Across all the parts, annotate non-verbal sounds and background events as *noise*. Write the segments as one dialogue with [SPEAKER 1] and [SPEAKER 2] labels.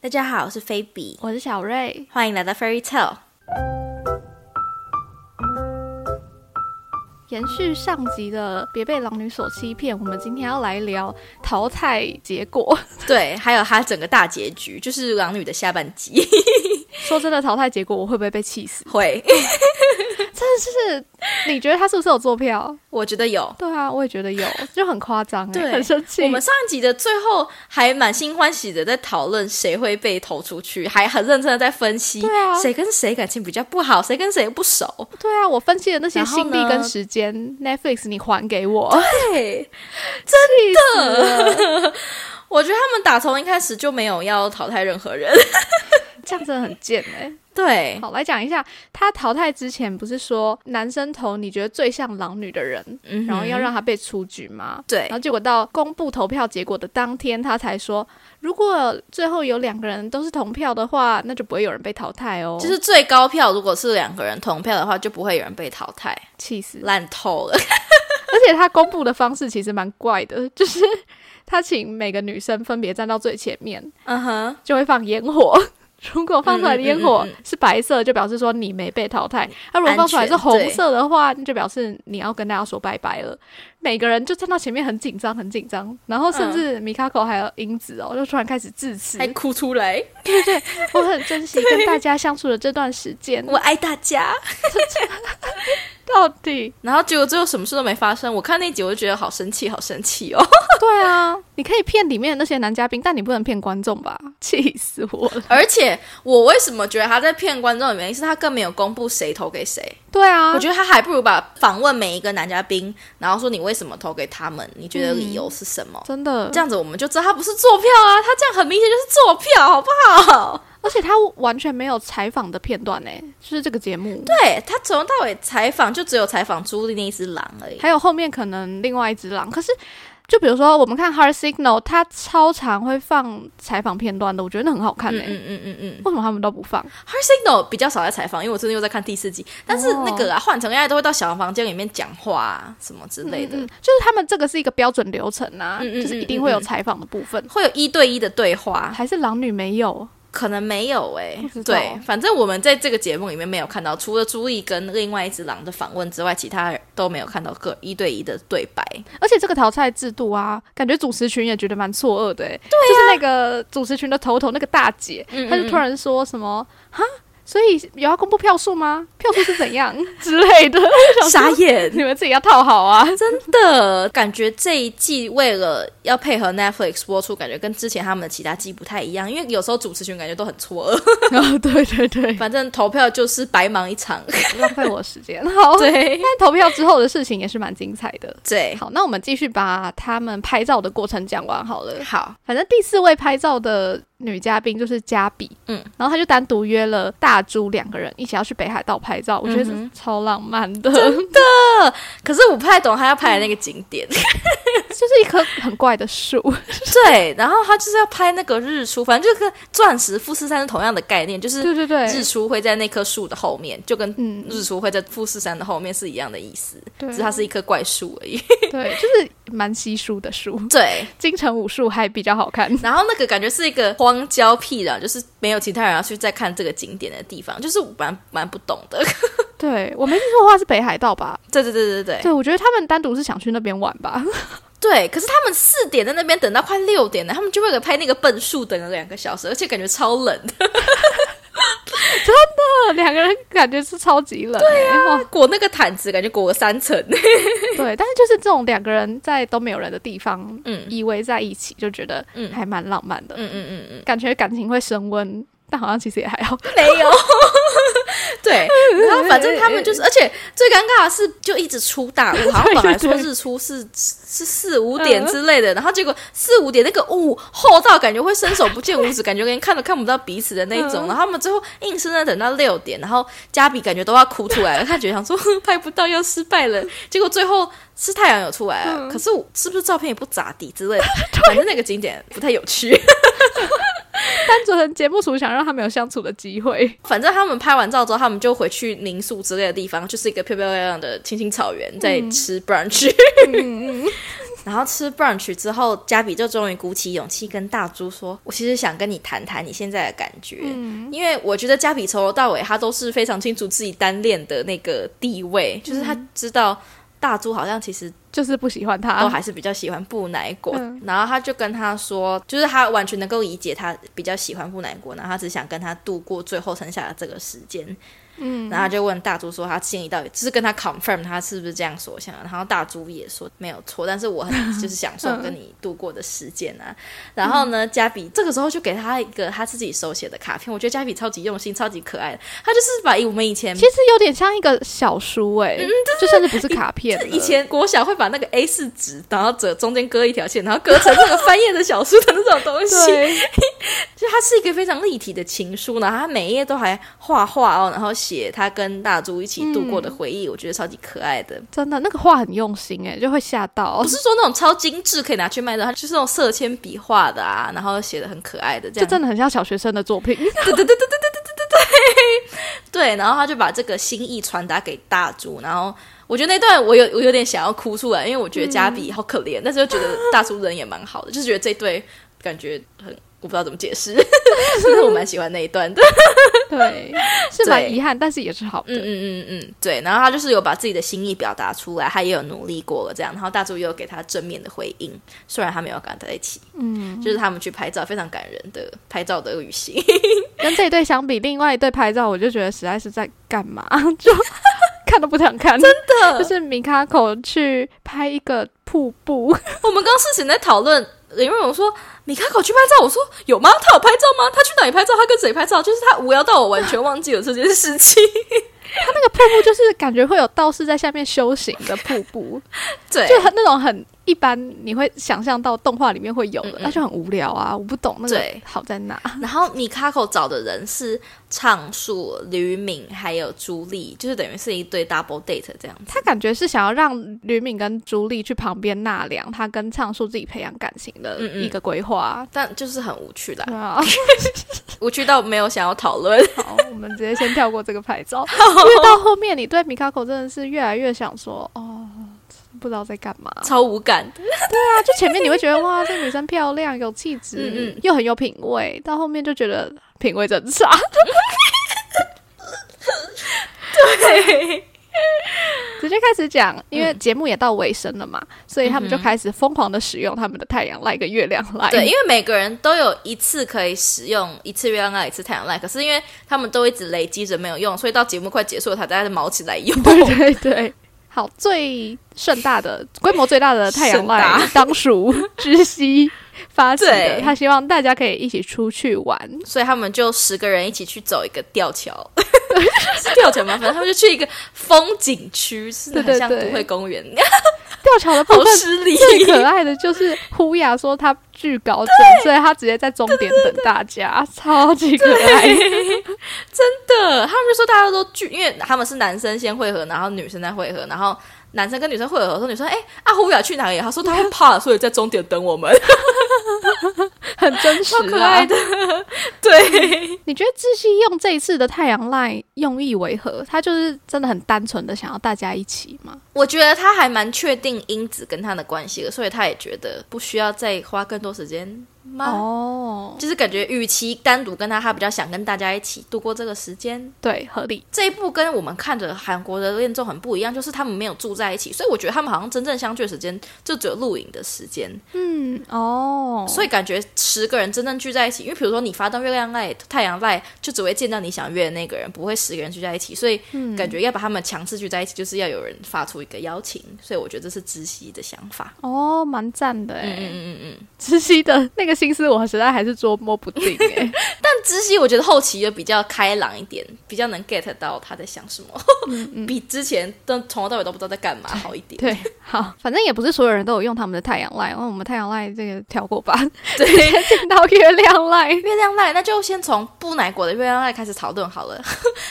[SPEAKER 1] 大家好，我是菲比，
[SPEAKER 2] 我是小瑞。
[SPEAKER 1] 欢迎来到 Fairy Tale。
[SPEAKER 2] 延续上集的别被狼女所欺骗，我们今天要来聊淘汰结果。 *laughs*
[SPEAKER 1] 对，还有它整个大结局，就是狼女的下半集 *laughs*
[SPEAKER 2] 说真的，淘汰结果我会不会被气死？
[SPEAKER 1] 会，
[SPEAKER 2] 真的是，你觉得他是不是有做票？
[SPEAKER 1] 我觉得有。
[SPEAKER 2] 对啊，我也觉得有，就很夸张、欸，
[SPEAKER 1] 对
[SPEAKER 2] 很生气。
[SPEAKER 1] 我们上一集的最后还满心欢喜的在讨论谁会被投出去，还很认真的在分析
[SPEAKER 2] 对啊，
[SPEAKER 1] 谁跟谁感情比较不好，谁跟谁不熟。
[SPEAKER 2] 对啊，我分析的那些
[SPEAKER 1] 然后呢
[SPEAKER 2] 心力跟时间，Netflix 你还给我，
[SPEAKER 1] 对，
[SPEAKER 2] 真的，
[SPEAKER 1] 我觉得他们打从一开始就没有要淘汰任 *laughs* 何人。
[SPEAKER 2] 这样真的很贱哎、
[SPEAKER 1] 对，
[SPEAKER 2] 好，来讲一下，他淘汰之前不是说男生投你觉得最像狼女的人，
[SPEAKER 1] 嗯哼
[SPEAKER 2] 然后要让他被出局吗？
[SPEAKER 1] 对
[SPEAKER 2] 然后结果到公布投票结果的当天，他才说，如果最后有两个人都是同票的话，那就不会有人被淘汰哦。
[SPEAKER 1] 就是最高票，如果是两个人同票的话，就不会有人被淘汰，
[SPEAKER 2] 气死！
[SPEAKER 1] 烂透了。
[SPEAKER 2] 而且他公布的方式其实蛮怪的，就是 *laughs* 他请每个女生分别站到最前面，
[SPEAKER 1] 嗯哼，
[SPEAKER 2] 就会放烟火。 *laughs* 如果放出来的烟火
[SPEAKER 1] 嗯嗯嗯
[SPEAKER 2] 是白色，就表示说你没被淘汰；那如果放出来是红色的话，那就表示你要跟大家说拜拜了。每个人就站到前面很紧张，很紧张，然后甚至米卡口还有英子哦，就突然开始致辞
[SPEAKER 1] 嗯
[SPEAKER 2] *laughs*
[SPEAKER 1] 还，哭出来，
[SPEAKER 2] 我很珍惜跟大家相处的这段时间。
[SPEAKER 1] 我爱大家。
[SPEAKER 2] 到底
[SPEAKER 1] 然后结果最后什么事都没发生。我看那集我就觉得好生气，好生气 *laughs* 哦。
[SPEAKER 2] 对啊，你可以骗里面的那些男嘉宾，但你不能骗观众吧？ *laughs* 气死我了！
[SPEAKER 1] 而且我为什么觉得他在骗观众的原因是他更没有公布谁投给谁。
[SPEAKER 2] 对啊，
[SPEAKER 1] 我觉得他还不如把访问每一个男嘉宾，然后说你为什么投给他们，你觉得理由是什么。
[SPEAKER 2] 真的
[SPEAKER 1] 这样子我们就知道他不是坐票啊，他这样很明显就是坐票，好不好？
[SPEAKER 2] 而且他完全没有采访的片段呢，欸就是这个节目。对。
[SPEAKER 1] 对他从头到尾采访就只有采访朱莉那一只狼而已。
[SPEAKER 2] 还有后面可能另外一只狼。可是，就比如说我们看《Hard Signal》，它超常会放采访片段的，我觉得那很好看
[SPEAKER 1] 嗯
[SPEAKER 2] 诶、
[SPEAKER 1] 嗯嗯嗯嗯
[SPEAKER 2] 为什么他们都不放？
[SPEAKER 1] ，Her Signal 比较少在采访，因为我最近又在看第四季。但是那个啊，换成 AI 都会到小房间里面讲话、啊、什么之类的，
[SPEAKER 2] 嗯，就是他们这个是一个标准流程啊，
[SPEAKER 1] 嗯嗯嗯
[SPEAKER 2] 就是一定会有采访的部分。
[SPEAKER 1] 会有一对一的对话，
[SPEAKER 2] 还是狼女没有，
[SPEAKER 1] 可能没有哎、
[SPEAKER 2] 不知道
[SPEAKER 1] 对，反正我们在这个节目里面没有看到，除了朱莉跟另外一只狼的访问之外，其他都没有看到个一对一的对白。
[SPEAKER 2] 而且这个淘汰制度啊，感觉主持群也觉得蛮错愕的、欸，对、就是那个主持群的头头那个大姐，
[SPEAKER 1] 啊嗯
[SPEAKER 2] 她就突然说什么哈，所以有要公布票数吗？票数是怎样 *laughs* 之类的，
[SPEAKER 1] 傻眼，
[SPEAKER 2] *laughs* 你们自己要套好啊。
[SPEAKER 1] 真的感觉这一季为了要配合 Netflix 播出，感觉跟之前他们的其他季不太一样，因为有时候主持群感觉都很错
[SPEAKER 2] *laughs*
[SPEAKER 1] 愕。
[SPEAKER 2] 哦，对对对，
[SPEAKER 1] 反正投票就是白忙一场。
[SPEAKER 2] 浪费我的时间。好，
[SPEAKER 1] 对
[SPEAKER 2] 但投票之后的事情也是蛮精彩的。
[SPEAKER 1] 对，
[SPEAKER 2] 好，那我们继续把他们拍照的过程讲完好了。
[SPEAKER 1] 好，
[SPEAKER 2] 反正第四位拍照的女嘉宾就是加比，
[SPEAKER 1] 嗯，
[SPEAKER 2] 然后她就单独约了大猪两个人一起要去北海道拍照，我觉得
[SPEAKER 1] 嗯哼
[SPEAKER 2] 这超浪漫的，
[SPEAKER 1] 可是我不太懂他要拍的那个景点。
[SPEAKER 2] *laughs* 就是一棵很怪的树， *laughs*
[SPEAKER 1] 对，然后他就是要拍那个日出，反正就跟钻石富士山是同样的概念，就是
[SPEAKER 2] 对对对，
[SPEAKER 1] 日出会在那棵树的后面，就跟
[SPEAKER 2] 嗯，
[SPEAKER 1] 日出会在富士山的后面是一样的意思，
[SPEAKER 2] 对
[SPEAKER 1] 只是它是一棵怪树而已。 *laughs*
[SPEAKER 2] 对，就是蛮稀疏的树，
[SPEAKER 1] 对，
[SPEAKER 2] 金城武树还比较好看。
[SPEAKER 1] 然后那个感觉是一个荒郊僻壤，就是没有其他人要去再看这个景点的地方，就是我蛮蛮不懂的。 *laughs*
[SPEAKER 2] 对我没记错的话是北海道吧？
[SPEAKER 1] 对对对对对
[SPEAKER 2] 对，我觉得他们单独是想去那边玩吧。
[SPEAKER 1] 对，可是他们四点在那边等到快六点了，他们就为了拍那个笨树等了两个小时，而且感觉超冷的。
[SPEAKER 2] 两个人感觉是超级冷、对啊，
[SPEAKER 1] 裹那个毯子，感觉裹了三层。
[SPEAKER 2] 对，但是就是这种两个人在都没有人的地方
[SPEAKER 1] 嗯
[SPEAKER 2] 依偎在一起，就觉得
[SPEAKER 1] 嗯
[SPEAKER 2] 还蛮浪漫的，
[SPEAKER 1] 嗯嗯嗯嗯，
[SPEAKER 2] 感觉感情会升温，但好像其实也还好。 *laughs*
[SPEAKER 1] 没有。对，然后反正他们就是，而且最尴尬的是，就一直出大雾，好像本来说日出是是四五点之类的，然后结果四五点那个雾厚到感觉会伸手不见五指，感觉连看都看不到彼此的那一种。然后他们最后硬生生等到六点，然后加比感觉都要哭出来了，他觉得想说哼拍不到要失败了，结果最后是太阳有出来了，可是我是不是照片也不咋地之类的，反正那个景点不太有趣。
[SPEAKER 2] 单纯节目组想让他们有相处的机会，
[SPEAKER 1] 反正他们拍完照之后，他们就回去民宿之类的地方，就是一个漂漂亮亮的青青草原，在吃 brunch。 *laughs* 然后吃 brunch 之后，加比就终于鼓起勇气跟大猪说：“我其实想跟你谈谈你现在的感觉，嗯、因为我觉得加比从头到尾他都是非常清楚自己单恋的那个地位，就是他知道大猪好像其实。”
[SPEAKER 2] 就是不喜欢他，
[SPEAKER 1] 都还是比较喜欢布奶果。啊嗯、然后他就跟他说，就是他完全能够理解他比较喜欢布奶果，然后他只想跟他度过最后剩下的这个时间。嗯，然后就问大猪说，他心里到底就是跟他 confirm 他是不是这样所想？然后大猪也说没有错，但是我很就是享 *laughs* 受跟你度过的时间啊。嗯、然后呢，加比这个时候就给他一个他自己手写的卡片，我觉得加比超级用心，超级可爱的。他就是把我们以前
[SPEAKER 2] 其实有点像一个小书哎、欸，嗯、就甚至不是卡片，
[SPEAKER 1] 以前国小会把。把那个 A 四纸，然后折中间割一条线，然后割成那个翻页的小书的那种东
[SPEAKER 2] *laughs*
[SPEAKER 1] 西， *laughs* 就它是一个非常立体的情书，然后它每一页都还画画哦，然后写他跟大猪一起度过的回忆，嗯、我觉得超级可爱的，
[SPEAKER 2] 真的那个画很用心哎，就会吓到，
[SPEAKER 1] 不是说那种超精致可以拿去卖的，它就是那种色铅笔画的啊，然后写的很可爱的，这样
[SPEAKER 2] 真的很像小学生的作
[SPEAKER 1] *laughs*
[SPEAKER 2] 品，对
[SPEAKER 1] 对对对对对对对对，然后他就把这个心意传达给大猪，然后。我觉得那段我有我有点想要哭出来，因为我觉得加比好可怜，嗯、但是又觉得大叔人也蛮好的，就是觉得这对感觉很我不知道怎么解释， *laughs* 但是我蛮喜欢那一段的。
[SPEAKER 2] 对，是蛮遗憾，但是也是好的。
[SPEAKER 1] 嗯嗯嗯嗯，对。然后他就是有把自己的心意表达出来，他也有努力过了这样，然后大叔也有给他正面的回应，虽然他没有跟他在一起，嗯，就是他们去拍照，非常感人的拍照的旅行。
[SPEAKER 2] 跟这一对相比，另外一对拍照，我就觉得实在是在干嘛 *laughs* 就。看都不想看，
[SPEAKER 1] 真的。
[SPEAKER 2] 就是米卡口去拍一个瀑布，
[SPEAKER 1] 我们刚事情在讨论，因为我说米卡口去拍照，我说有吗？他有拍照吗？他去哪里拍照？他跟谁拍照？就是他无聊到我完全忘记了这件事 *laughs* 情。
[SPEAKER 2] 他那个瀑布就是感觉会有道士在下面修行的瀑 *laughs* 布，
[SPEAKER 1] 对，
[SPEAKER 2] 就很那种很一般，你会想象到动画里面会有的，那、嗯、就很无聊啊！我不懂那个好在哪。
[SPEAKER 1] 然后米卡口找的人是畅树、吕敏还有朱莉，就是等于是一对 double date 这样子。
[SPEAKER 2] 他感觉是想要让吕敏跟朱莉去旁边纳凉，他跟畅树自己培养感情的一个规划、嗯
[SPEAKER 1] 嗯，但就是很无趣啦，啊、无趣到没有想要讨论。
[SPEAKER 2] 好，我们直接先跳过这个拍 *laughs* 照。因为到后面，你对米卡口真的是越来越想说，哦，不知道在干嘛，
[SPEAKER 1] 超无感。
[SPEAKER 2] 对啊，就前面你会觉得哇，这女生漂亮、有气质，嗯嗯又很有品味，到后面就觉得品味真差。 *laughs*
[SPEAKER 1] 对。
[SPEAKER 2] 直接开始讲，因为节目也到尾声了嗯嘛，嗯、所以他们就开始疯狂的使用他们的太阳赖跟月亮赖。
[SPEAKER 1] *laughs* 对，因为每个人都有一次可以使用一次月亮赖，一次太阳赖，可是因为他们都一直累积着没有用，所以到节目快结束了，才大家毛起来用。
[SPEAKER 2] *laughs* 对对对，好，最盛大的规模最大的太阳赖当属 *laughs* 知悉。发起的，他希望大家可以一起出去玩，
[SPEAKER 1] 所以他们就十个人一起去走一个吊桥， *laughs* 是吊桥吗？反正他们就去一个风景区，是很像都会公 *laughs* 园。
[SPEAKER 2] 吊桥的部分
[SPEAKER 1] 失礼，
[SPEAKER 2] 最可爱的就是呼雅说他巨高症，所以他直接在终点等大家，超级可爱，
[SPEAKER 1] 真的。他们就说大家都巨，因为他们是男生先汇合，然后女生再汇合，然后。男生跟女生会合，说女生哎、欸，啊胡雅去哪里？他说他会怕，所以在终点等我们，
[SPEAKER 2] 很真实、啊，
[SPEAKER 1] 超可爱的。对，
[SPEAKER 2] 你觉得志熙用这一次的太阳赖用意为何？他就是真的很单纯的想要大家一起吗？
[SPEAKER 1] *laughs* 我觉得他还蛮确定英子跟他的关系的，所以他也觉得不需要再花更多时间。
[SPEAKER 2] 哦
[SPEAKER 1] ，oh. 就是感觉，与其单独跟他，他比较想跟大家一起度过这个时间，
[SPEAKER 2] 对，合理。
[SPEAKER 1] 这一部跟我们看着韩国的恋综很不一样，就是他们没有住在一起，所以我觉得他们好像真正相聚的时间就只有录影的时间。
[SPEAKER 2] 嗯，哦、oh.，
[SPEAKER 1] 所以感觉十个人真正聚在一起，因为比如说你发动月亮赖、太阳赖，就只会见到你想约的那个人，不会十个人聚在一起，所以
[SPEAKER 2] 嗯
[SPEAKER 1] 感觉要把他们强制聚在一起，就是要有人发出一个邀请，所以我觉得这是知悉的想法。
[SPEAKER 2] 哦、oh,，蛮赞的哎，
[SPEAKER 1] 嗯嗯嗯嗯，
[SPEAKER 2] 知悉的那个。心思我实在还是捉摸不定哎、欸，
[SPEAKER 1] 但知熙我觉得后期就比较开朗一点，比较能 get 到他在想什么，嗯嗯比之前都从头到尾都不知道在干嘛好一点。
[SPEAKER 2] *laughs* 对，好，反正也不是所有人都有用他们的太阳赖，那我们太阳赖这个跳过吧， *laughs*
[SPEAKER 1] 对，
[SPEAKER 2] 进到月亮赖，
[SPEAKER 1] 月亮赖那就先从布乃果的月亮赖开始讨论好了，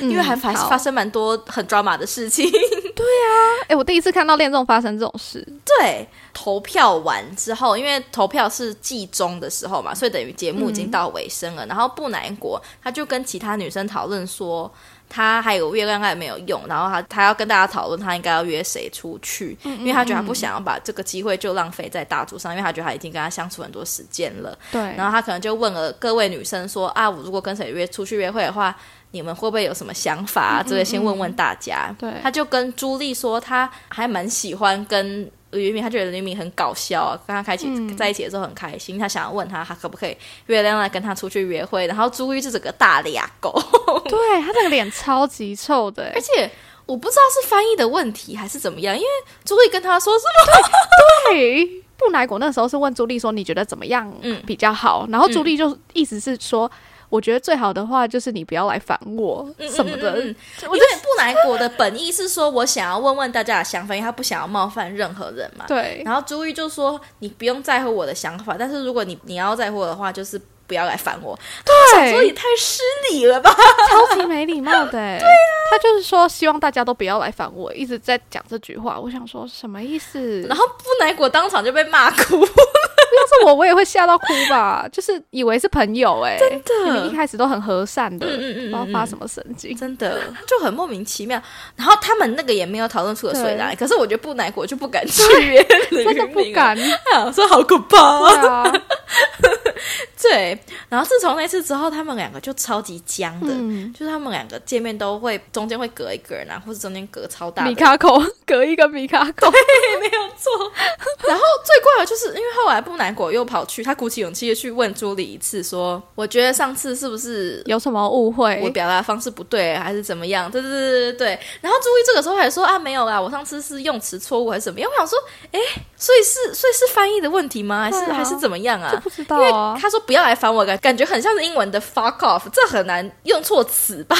[SPEAKER 1] 因为还还发生蛮多很 drama 的事情。
[SPEAKER 2] 对啊，哎、欸，我第一次看到恋综发生这种事，
[SPEAKER 1] 对。投票完之后，因为投票是季中的时候嘛，所以等于节目已经到尾声了。然后布南国她就跟其他女生讨论说。他还有月亮爱没有用，然后他他要跟大家讨论他应该要约谁出去，因为他觉得他不想要把这个机会就浪费在大桌上，因为他觉得他已经跟他相处很多时间了。
[SPEAKER 2] 对，
[SPEAKER 1] 然后他可能就问了各位女生说啊，我如果跟谁约出去约会的话，你们会不会有什么想法啊？这个先问问大家。
[SPEAKER 2] 对，
[SPEAKER 1] 他就跟朱莉说，他还蛮喜欢跟。于敏，他觉得于敏很搞笑啊，跟他开启、嗯、在一起的时候很开心，他想要问他，他可不可以月亮来跟他出去约会？然后朱玉就整个大俩狗，
[SPEAKER 2] *laughs*
[SPEAKER 1] *laughs*
[SPEAKER 2] 对他那个脸超级臭的，欸
[SPEAKER 1] 而且我不知道是翻译的问题还是怎么样，因为朱玉跟他说什么？
[SPEAKER 2] 对，布乃果那时候是问朱莉说你觉得怎么样比较好？嗯、然后朱莉就意思是说。我觉得最好的话就是你不要来烦我、嗯、什么的。
[SPEAKER 1] 嗯嗯、我觉得布莱国的本意是说，我想要问问大家的想法，因为他不想要冒犯任何人嘛。
[SPEAKER 2] 对。
[SPEAKER 1] 然后朱玉就说：“你不用在乎我的想法，但是如果你你要在乎的话，就是不要来烦我。”
[SPEAKER 2] 对，
[SPEAKER 1] 所以太失礼了
[SPEAKER 2] *laughs*
[SPEAKER 1] 吧，
[SPEAKER 2] 超级没礼貌的。 *laughs* 对啊，他就是说希望大家都不要来烦我，一直在讲这句话。我想说什么意思？
[SPEAKER 1] 然后布莱国当场就被骂哭。
[SPEAKER 2] 要是我，我也会吓到哭吧， *laughs* 就是以为是朋友哎、欸，
[SPEAKER 1] 真的，
[SPEAKER 2] 你们一开始都很和善的，
[SPEAKER 1] 嗯嗯嗯，
[SPEAKER 2] 不知道发什么神
[SPEAKER 1] *laughs*
[SPEAKER 2] 经，
[SPEAKER 1] 真的就很莫名其妙。然后他们那个也没有讨论出个谁来，可是我觉得布乃果就不敢去，
[SPEAKER 2] 欸真的不
[SPEAKER 1] *laughs*
[SPEAKER 2] 敢，
[SPEAKER 1] 啊，说好可怕，*laughs*
[SPEAKER 2] 对啊，
[SPEAKER 1] 对。然后自从那次之后，他们两个就超级僵的，嗯、就是他们两个见面都会中间会隔一个人啊，或者中间隔超大
[SPEAKER 2] 米卡口，隔一个米卡
[SPEAKER 1] 对，
[SPEAKER 2] 口，
[SPEAKER 1] 没有错。然后最怪的就是因为后来布。南果又跑去，他鼓起勇气去问朱莉一次，说：“我觉得上次是不是
[SPEAKER 2] 有什么误会？
[SPEAKER 1] 我表达方式不对，还是怎么样？”对对对对对。然后朱莉这个时候还说：“啊，没有啦，我上次是用词错误还是怎么样？”我想说，哎，所以是所以是翻译的问题吗？还是、
[SPEAKER 2] 啊、
[SPEAKER 1] 还是怎么样
[SPEAKER 2] *laughs*
[SPEAKER 1] 啊？
[SPEAKER 2] 不知道、啊。
[SPEAKER 1] 因为他说不要来烦我，感感觉很像是英文的 “fuck off”，这很难用错词吧？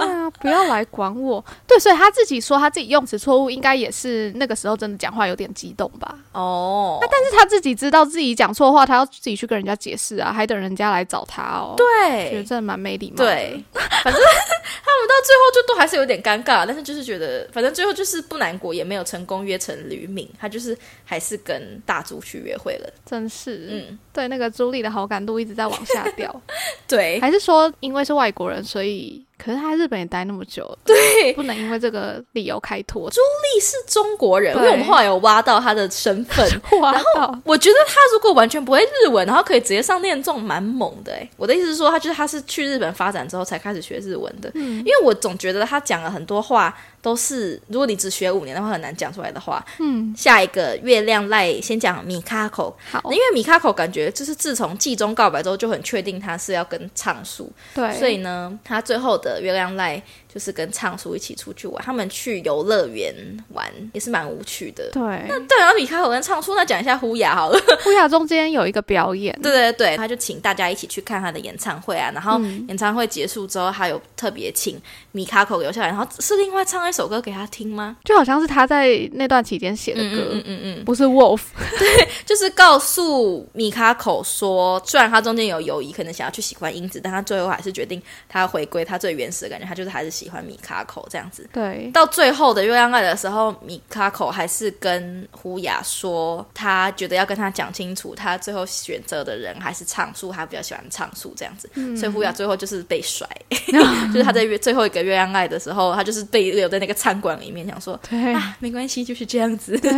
[SPEAKER 2] 对啊，不要来管我。对，所以他自己说他自己用词错误，应该也是那个时候真的讲话有点激动吧？啊
[SPEAKER 1] 哦，
[SPEAKER 2] 那但是他自己知道。自己讲错话，他要自己去跟人家解释啊，还等人家来找他哦。
[SPEAKER 1] 对，
[SPEAKER 2] 觉得真的蛮没礼貌。
[SPEAKER 1] 对，反正他们到最后就都还是有点尴尬，但是就是觉得，反正最后就是不难过，也没有成功约成吕敏，他就是还是跟大猪去约会了。
[SPEAKER 2] 真是，
[SPEAKER 1] 嗯，
[SPEAKER 2] 对那个朱莉的好感度一直在往下掉。
[SPEAKER 1] *laughs* 对，
[SPEAKER 2] 还是说因为是外国人，所以。可是他在日本也待那么久，
[SPEAKER 1] 对，
[SPEAKER 2] 不能因为这个理由开脱。
[SPEAKER 1] 朱莉是中国人，因为我们后来有挖到她的身份， *laughs*
[SPEAKER 2] 然
[SPEAKER 1] 后我觉得她如果完全不会日文，然后可以直接上念中，蛮猛的哎、欸。我的意思是说，她就是她是去日本发展之后才开始学日文的，
[SPEAKER 2] 嗯、
[SPEAKER 1] 因为我总觉得她讲了很多话都是，如果你只学五年的话，很难讲出来的话。
[SPEAKER 2] 嗯，
[SPEAKER 1] 下一个月亮赖先讲米卡口，
[SPEAKER 2] 好，
[SPEAKER 1] 因为米卡口感觉就是自从季中告白之后就很确定他是要跟畅树，
[SPEAKER 2] 对，
[SPEAKER 1] 所以呢，他最后。的月亮赖就是跟畅叔一起出去玩，他们去游乐园玩也是蛮无趣的。
[SPEAKER 2] 对，
[SPEAKER 1] 那对，然后米开口跟畅叔，那讲一下呼雅 *laughs* 好了。
[SPEAKER 2] 呼雅中间有一个表演，
[SPEAKER 1] 对对对，他就请大家一起去看他的演唱会啊。然后演唱会结束之后，他有特别请米卡口留下来，然后是另外唱一首歌给他听吗？
[SPEAKER 2] 就好像是他在那段期间写的歌，
[SPEAKER 1] 嗯嗯,嗯嗯嗯，
[SPEAKER 2] 不是
[SPEAKER 1] *laughs*
[SPEAKER 2] Wolf，
[SPEAKER 1] 对，就是告诉米卡口说，虽然他中间有犹疑，可能想要去喜欢英子，但他最后还是决定他回归他。最原始的感觉，他就是还是喜欢米卡口这样子。
[SPEAKER 2] 对，
[SPEAKER 1] 到最后的月亮爱的时候，米卡口还是跟胡雅说，他觉得要跟他讲清楚，他最后选择的人还是唱树，他比较喜欢唱树这样子。
[SPEAKER 2] 嗯、
[SPEAKER 1] 所以胡雅最后就是被甩， *laughs* 就是他在最后一个月亮爱的时候，他就是被留在那个餐馆里面，想说啊，没关系，就是这样子。
[SPEAKER 2] 对，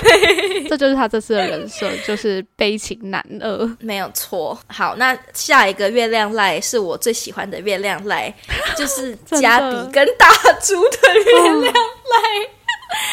[SPEAKER 1] 对
[SPEAKER 2] 这就是他这次的人设，就是悲情男二，
[SPEAKER 1] 没有错。好，那下一个月亮赖是我最喜欢的月亮赖。
[SPEAKER 2] *laughs*
[SPEAKER 1] 就是加比跟大猪的月亮赖。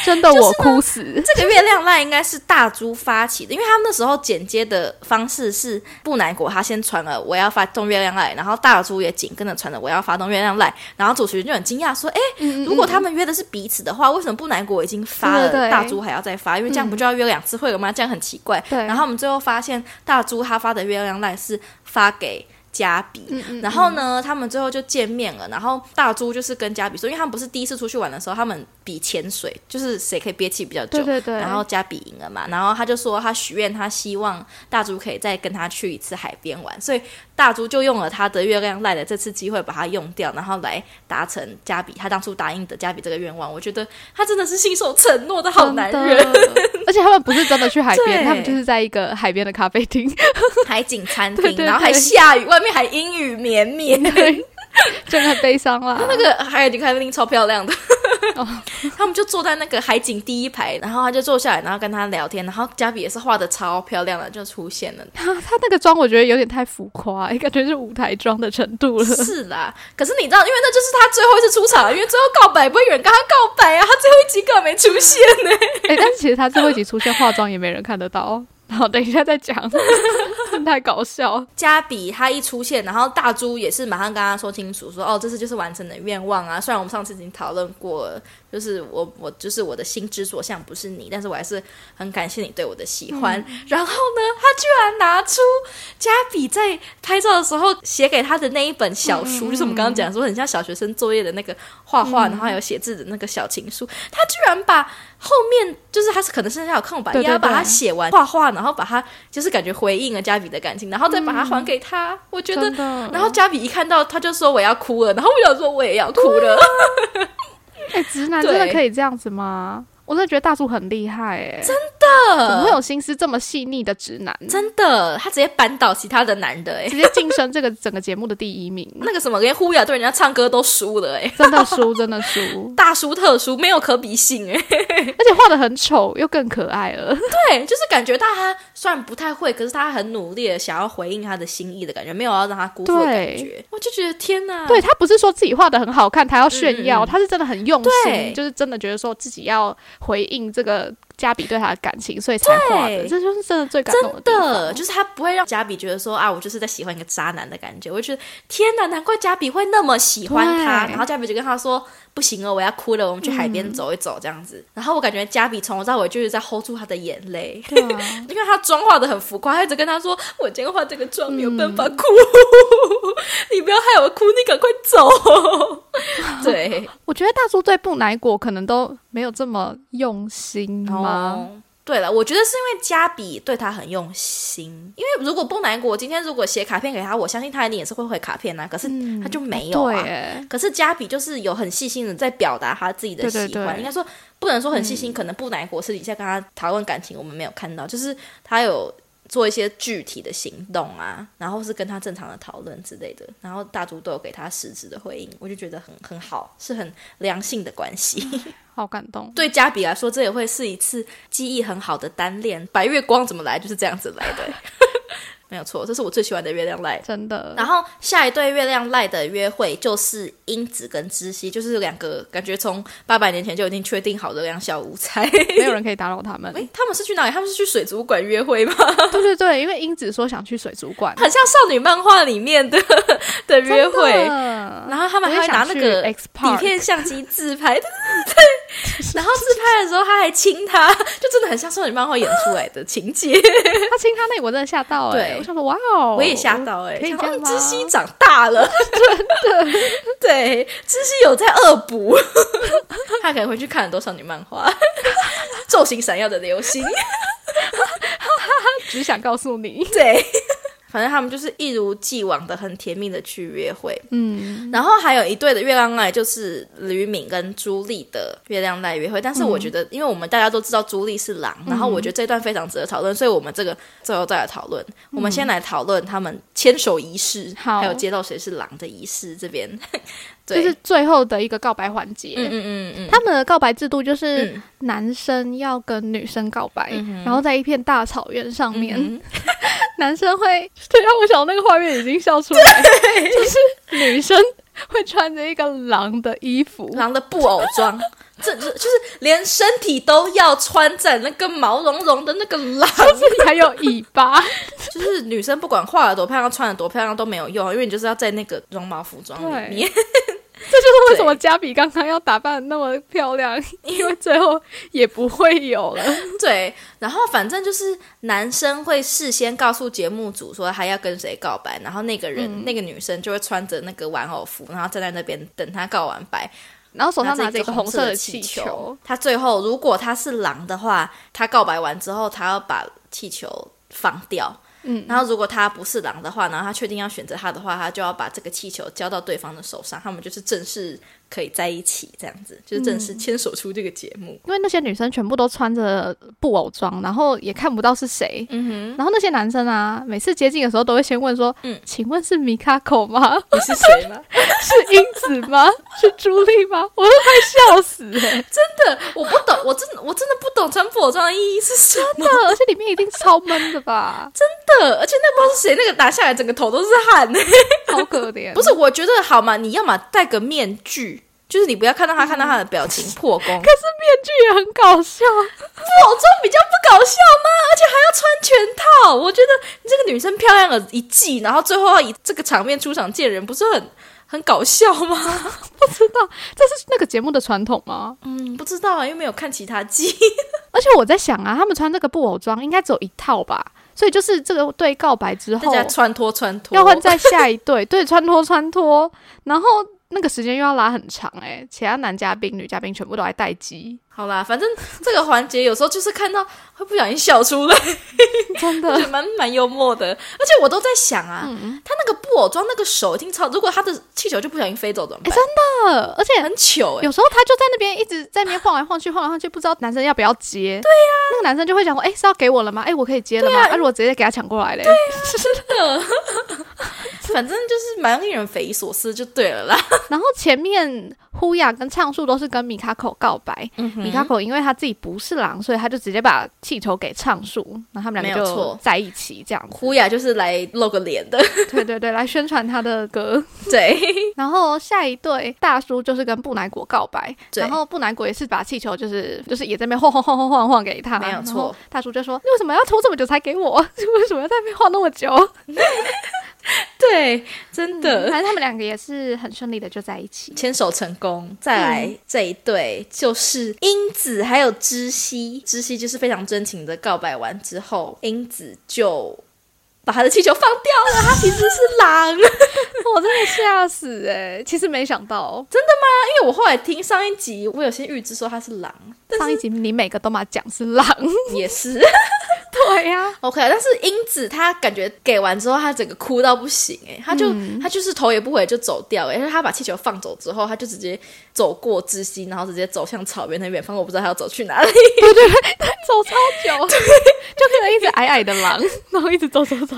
[SPEAKER 2] 真的，我哭死！
[SPEAKER 1] 这个月亮赖应该是大猪发起的，因为他们那时候剪接的方式是布南国他先传了我要发动月亮赖，然后大猪也紧跟着传了我要发动月亮赖，然后主持人就很惊讶说：“哎、欸，
[SPEAKER 2] 嗯嗯嗯
[SPEAKER 1] 如果他们约的是彼此的话，为什么布南国已经发了，
[SPEAKER 2] 对对嗯
[SPEAKER 1] 大猪还要再发？因为这样不就要约两次会了吗？这样很奇怪。”
[SPEAKER 2] 然
[SPEAKER 1] 后我们最后发现大猪他发的月亮赖是发给。加比，
[SPEAKER 2] 嗯嗯嗯
[SPEAKER 1] 然后呢，他们最后就见面了。然后大猪就是跟加比说，因为他们不是第一次出去玩的时候，他们。比潜水，就是谁可以憋气比较久，
[SPEAKER 2] 对对对，
[SPEAKER 1] 然后加比赢了嘛。然后他就说他许愿，他希望大猪可以再跟他去一次海边玩，所以大猪就用了他的月亮赖的这次机会把它用掉，然后来达成加比他当初答应的加比这个愿望。我觉得他真的是信守承诺的好
[SPEAKER 2] *laughs*
[SPEAKER 1] 男 *laughs* 人，
[SPEAKER 2] 而且他们不是真的去海边，
[SPEAKER 1] 对
[SPEAKER 2] 他们就是在一个海边的咖啡厅， *laughs*
[SPEAKER 1] 海景餐厅，
[SPEAKER 2] 对对
[SPEAKER 1] 然后还
[SPEAKER 2] 对
[SPEAKER 1] 下雨，外面还阴雨绵绵。
[SPEAKER 2] 真的很悲伤啦。
[SPEAKER 1] 那个海景咖啡厅超漂亮的
[SPEAKER 2] *laughs* 哦，
[SPEAKER 1] 他们就坐在那个海景第一排，然后他就坐下来，然后跟他聊天，然后加比也是画的超漂亮的，就出现了。
[SPEAKER 2] 他他那个妆我觉得有点太浮夸，感觉是舞台妆的程
[SPEAKER 1] *laughs*
[SPEAKER 2] 度了。
[SPEAKER 1] 是啦，可是你知道，因为那就是他最后一次出场，因为最后告白不会有人跟他告白啊，他最后一集根本没出现呢、
[SPEAKER 2] 哎、但是其实他最后一集出现化妆也没人看得到。好，等一下再
[SPEAKER 1] *laughs*
[SPEAKER 2] 讲，真太搞笑。
[SPEAKER 1] 加比他一出现，然后大猪也是马上跟他说清楚说，哦，这次就是完成的愿望啊。虽然我们上次已经讨论过了，就是我我就是我的心之所向不是你，但是我还是很感谢你对我的喜欢。
[SPEAKER 2] 嗯
[SPEAKER 1] 然后呢，他居然拿出加比在拍照的时候写给他的那一本小书，就是我们刚刚讲说很像小学生作业的那个画画，
[SPEAKER 2] 嗯
[SPEAKER 1] 然后还有写字的那个小情书，他居然把后面就是他是可能剩下有空白
[SPEAKER 2] 对
[SPEAKER 1] 页，
[SPEAKER 2] 对
[SPEAKER 1] 要把它
[SPEAKER 2] 对
[SPEAKER 1] 写完画画，然后把它就是感觉回应了加比的感情，然后再把它还给他。我觉得
[SPEAKER 2] 嗯真，的
[SPEAKER 1] 然后加比一看到他就说我要哭了，然后我想说我也要哭了，
[SPEAKER 2] 嗯哎、直男真的
[SPEAKER 1] 对
[SPEAKER 2] 可以这样子吗？我真的觉得大叔很厉害、哎，真怎么会有心思这么细腻的直男？
[SPEAKER 1] *laughs* 真的，他直接扳倒其他的男的哎、
[SPEAKER 2] 直接晋升这个整个节目的第
[SPEAKER 1] *laughs*
[SPEAKER 2] 一名，
[SPEAKER 1] 那个什么连呼雅对人家唱歌都输了哎、
[SPEAKER 2] 真的输，真的
[SPEAKER 1] *laughs*
[SPEAKER 2] 输，
[SPEAKER 1] 大输特输，没有可比性哎、
[SPEAKER 2] *laughs* 而且画的很丑又更可爱了。
[SPEAKER 1] 对，就是感觉到他虽然不太会，可是他很努力的想要回应他的心意的感觉，没有要让他辜负的感觉。我就觉得天哪，
[SPEAKER 2] 对他不是说自己画的很好看，他要炫
[SPEAKER 1] 嗯
[SPEAKER 2] 耀，
[SPEAKER 1] 嗯
[SPEAKER 2] 他是真的很用
[SPEAKER 1] 对
[SPEAKER 2] 心，就是真的觉得说自己要回应这个加比对他的感情，所以才画的，
[SPEAKER 1] 对
[SPEAKER 2] 这就是真的最感动的地方
[SPEAKER 1] 的，就是他不会让加比觉得说啊，我就是在喜欢一个渣男的感觉。我就觉得天哪，难怪加比会那么喜欢他。
[SPEAKER 2] 对
[SPEAKER 1] 然后加比就跟他说：“不行了，我要哭了，我们去海边走一走。”这样子。然后我感觉加比从头到尾就是在 hold 住他的眼泪，
[SPEAKER 2] 对啊
[SPEAKER 1] 因为他妆化的很浮夸，他一直跟他说：“我今天化这个妆没有办法哭，你不要害我哭，你赶快
[SPEAKER 2] *laughs*
[SPEAKER 1] 走。”对，
[SPEAKER 2] 我觉得大叔对布乃果可能都没有这么用心吗？
[SPEAKER 1] 哦，对了，我觉得是因为加比对他很用心，因为如果不难过，今天如果写卡片给他，我相信他一定也是会回卡片啊。可是
[SPEAKER 2] 嗯
[SPEAKER 1] 他就没有
[SPEAKER 2] 对
[SPEAKER 1] 啊。
[SPEAKER 2] 耶，
[SPEAKER 1] 可是加比就是有很细心的在表达他自己的喜
[SPEAKER 2] 对
[SPEAKER 1] 欢，
[SPEAKER 2] 对对嗯
[SPEAKER 1] 应该说不能说很细心，可能不难过私底下跟他讨论感情，我们没有看到，就是他有做一些具体的行动啊，然后是跟他正常的讨论之类的，然后大猪都有给他实质的回应，我就觉得很很好，是很良性的关系。
[SPEAKER 2] 好感动。
[SPEAKER 1] 对加比来说，这也会是一次记忆很好的单恋。白月光怎么来，就是这样子来的， *laughs* 没有错。这是我最喜欢的月亮赖。
[SPEAKER 2] 真的，
[SPEAKER 1] 然后下一对月亮赖的约会就是英子跟知希，就是两个感觉从八百年前就已经确定好的两小无猜。
[SPEAKER 2] 没有人可以打扰他们。
[SPEAKER 1] 诶他们是去哪里？他们是去水族馆约会吗？ *laughs*
[SPEAKER 2] 对对对，因为英子说想去水族馆
[SPEAKER 1] 很像少女漫画里面的的约会。
[SPEAKER 2] 真的
[SPEAKER 1] 然后他们还
[SPEAKER 2] 我
[SPEAKER 1] 会
[SPEAKER 2] 也
[SPEAKER 1] 拿
[SPEAKER 2] 想
[SPEAKER 1] 那
[SPEAKER 2] 去哎
[SPEAKER 1] 个
[SPEAKER 2] X
[SPEAKER 1] 底
[SPEAKER 2] Park
[SPEAKER 1] 片相机自拍，对对对对。然后自拍的时候他还亲他，就真的很像少女漫画演出来的情节。
[SPEAKER 2] 他亲他那个，我真的吓到哎、
[SPEAKER 1] 对
[SPEAKER 2] 我想说哇哦，
[SPEAKER 1] 我也吓到哎、
[SPEAKER 2] 可以
[SPEAKER 1] 想
[SPEAKER 2] 这
[SPEAKER 1] 说
[SPEAKER 2] 样
[SPEAKER 1] 嗯
[SPEAKER 2] 吗
[SPEAKER 1] 知熙长大了，真的。对，知熙有在恶补，他可能回去看很多少女漫画，《昼行闪耀的流星》。
[SPEAKER 2] 只想告诉你，
[SPEAKER 1] 对，反正他们就是一如既往的很甜蜜的去约会。
[SPEAKER 2] *laughs* 嗯，
[SPEAKER 1] 然后还有一对的月亮赖，就是吕敏跟朱莉的月亮赖约会。但是我
[SPEAKER 2] 嗯
[SPEAKER 1] 觉得，因为我们大家都知道朱莉是狼，然后我觉得这段非常值得讨论，所以我们这个最后再来讨论。我们先来讨论他们牵手仪式，
[SPEAKER 2] 嗯好
[SPEAKER 1] 还有接到谁是狼的仪式这
[SPEAKER 2] *laughs*
[SPEAKER 1] 边。
[SPEAKER 2] 这
[SPEAKER 1] 对，
[SPEAKER 2] 是最后的一个告白环节。
[SPEAKER 1] 嗯嗯嗯嗯，
[SPEAKER 2] 他们的告白制度就是
[SPEAKER 1] 嗯
[SPEAKER 2] 男生要跟女生告白，然后在一片大草原上面，
[SPEAKER 1] 嗯
[SPEAKER 2] *laughs* 男生会， *laughs* 对，让我想到那个画面已经笑出来， *laughs* 就是女生会穿着一个狼的衣 *laughs* 服，
[SPEAKER 1] 狼的布偶装。这这就是连身体都要穿在那个毛茸茸的那个
[SPEAKER 2] *laughs*
[SPEAKER 1] 狼，
[SPEAKER 2] 这里还有尾 *laughs* 巴，
[SPEAKER 1] 就是女生不管画的多漂亮、穿的多漂亮都没有用，因为你就是要在那个绒毛服装里
[SPEAKER 2] 对
[SPEAKER 1] 面。
[SPEAKER 2] 这就是为什么加比刚刚要打扮得那么漂亮，因为最后也不会有 *laughs* 了。
[SPEAKER 1] 对，然后反正就是男生会事先告诉节目组说他要跟谁告
[SPEAKER 2] 嗯
[SPEAKER 1] 白，然后那个人、那个女生就会穿着那个玩偶服，然后站在那边等他告完白。
[SPEAKER 2] 然后手上拿
[SPEAKER 1] 着
[SPEAKER 2] 着
[SPEAKER 1] 一个
[SPEAKER 2] 一个
[SPEAKER 1] 红
[SPEAKER 2] 红
[SPEAKER 1] 色
[SPEAKER 2] 色
[SPEAKER 1] 的
[SPEAKER 2] 气
[SPEAKER 1] 球。他最后如果他是狼的话，他告白完之后，他要把气球放掉。
[SPEAKER 2] 嗯，
[SPEAKER 1] 然后如果他不是狼的话，然后他确定要选择他的话，他就要把这个气球交到对方的手上，他们就是正式可以在一起，这样子就是正式
[SPEAKER 2] 嗯
[SPEAKER 1] 牵手出这个节目。
[SPEAKER 2] 因为那些女生全部都穿着布偶装，然后也看不到是谁。
[SPEAKER 1] 嗯
[SPEAKER 2] 然后那些男生啊，每次接近的时候都会先问说：“
[SPEAKER 1] 嗯
[SPEAKER 2] 请问是米卡口吗？ *laughs*
[SPEAKER 1] 哼，你是谁吗？
[SPEAKER 2] 是英子吗？是朱莉吗？”我都快笑
[SPEAKER 1] *laughs*
[SPEAKER 2] 死了、
[SPEAKER 1] 我不懂，我真的我真的不懂穿布偶装的意义是什么。
[SPEAKER 2] 真的，而且里面一定超闷的吧，
[SPEAKER 1] 的，而且那不知道是谁，那个拿下来整个头都是汗。
[SPEAKER 2] 超可
[SPEAKER 1] *laughs*
[SPEAKER 2] 怜。
[SPEAKER 1] 不是，我觉得好嘛，你要么戴个面具，就是你不要看到他看到他的表情破功。可是
[SPEAKER 2] 剧也很搞笑，
[SPEAKER 1] 服装比较不搞笑吗？而且还要穿全套，我觉得你这个女生漂亮了一季，然后最后要以这个场面出场见人，不是很很搞笑吗？
[SPEAKER 2] 这是那个节目的传统吗？
[SPEAKER 1] 嗯，不知道啊，因为没有看其他季。
[SPEAKER 2] 而且我在想啊，他们穿这个布偶装应该只有一套吧，所以就是这个对告白之
[SPEAKER 1] 大
[SPEAKER 2] 后
[SPEAKER 1] 家穿脱穿脱，
[SPEAKER 2] 要换在下一对， *laughs* 对穿脱穿脱，然后那个时间又要拉很长哎、其他男嘉宾、女嘉宾全部都来待机，
[SPEAKER 1] 好啦，反正这个环节有时候就是看到会不小心笑出来，
[SPEAKER 2] 真
[SPEAKER 1] 我
[SPEAKER 2] 的
[SPEAKER 1] 觉得蛮蛮幽默的。而且我都在想啊，他那个布偶装那个手已经超，如果他的气球就不小心飞走怎么办？
[SPEAKER 2] 呃而且
[SPEAKER 1] 很糗哎、
[SPEAKER 2] 有时候他就在那边一直在那边晃来晃去，晃来晃去，不知道男生要不要接。对呀、
[SPEAKER 1] 啊
[SPEAKER 2] 那个男生就会想说，哎、是要给我了吗？哎、我可以接了吗？那、如果直接给他抢过来嘞？
[SPEAKER 1] 反正就是蛮令人匪夷所思就对了啦。
[SPEAKER 2] 然后前面呼雅跟畅树都是跟米卡口告白，
[SPEAKER 1] 嗯
[SPEAKER 2] 米卡口因为他自己不是狼，所以他就直接把气球给畅树，然后他们两
[SPEAKER 1] 没
[SPEAKER 2] 个
[SPEAKER 1] 有
[SPEAKER 2] 就
[SPEAKER 1] 错
[SPEAKER 2] 在一起这样子。
[SPEAKER 1] 胡雅就是来露个脸 *laughs* 的，
[SPEAKER 2] 对对对，来宣传他的歌。
[SPEAKER 1] 对，
[SPEAKER 2] 然后下一对大叔就是跟布乃果告白，
[SPEAKER 1] 对
[SPEAKER 2] 然后布乃果也是把气球就是就是也在那边晃晃晃晃晃晃给他，
[SPEAKER 1] 没有错。
[SPEAKER 2] 大叔就说：“你为什么要拖这么久才给我？ *laughs* 为什么要在那边晃那么久
[SPEAKER 1] 对，真？”的。
[SPEAKER 2] 反正他们两个也是很顺利的就在一起。
[SPEAKER 1] 牵嗯手成功，再来这一对就是英子还有知熙，知熙就是非常真情的告白完之后，英子就把他的气球放掉了，他其实是 *laughs* 狼。
[SPEAKER 2] *laughs* 我真的吓死哎、其实没想到哦，
[SPEAKER 1] 因为我后来听上一集，我有先预知说他是狼，
[SPEAKER 2] 上一集你每个都嘛讲是狼，
[SPEAKER 1] 也是
[SPEAKER 2] *laughs* 对呀、
[SPEAKER 1] *laughs* OK。但是英子她感觉给完之后，她整个哭到不行、欸，她就、
[SPEAKER 2] 嗯
[SPEAKER 1] 她就是头也不回就走掉、欸，因为她把气球放走之后，她就直接走过知溪，然后直接走向草原那边，反正我不知道她要走去哪
[SPEAKER 2] *laughs*
[SPEAKER 1] 里。
[SPEAKER 2] 走超 *laughs* 久，就变成一只矮矮的狼，然后一直走走走，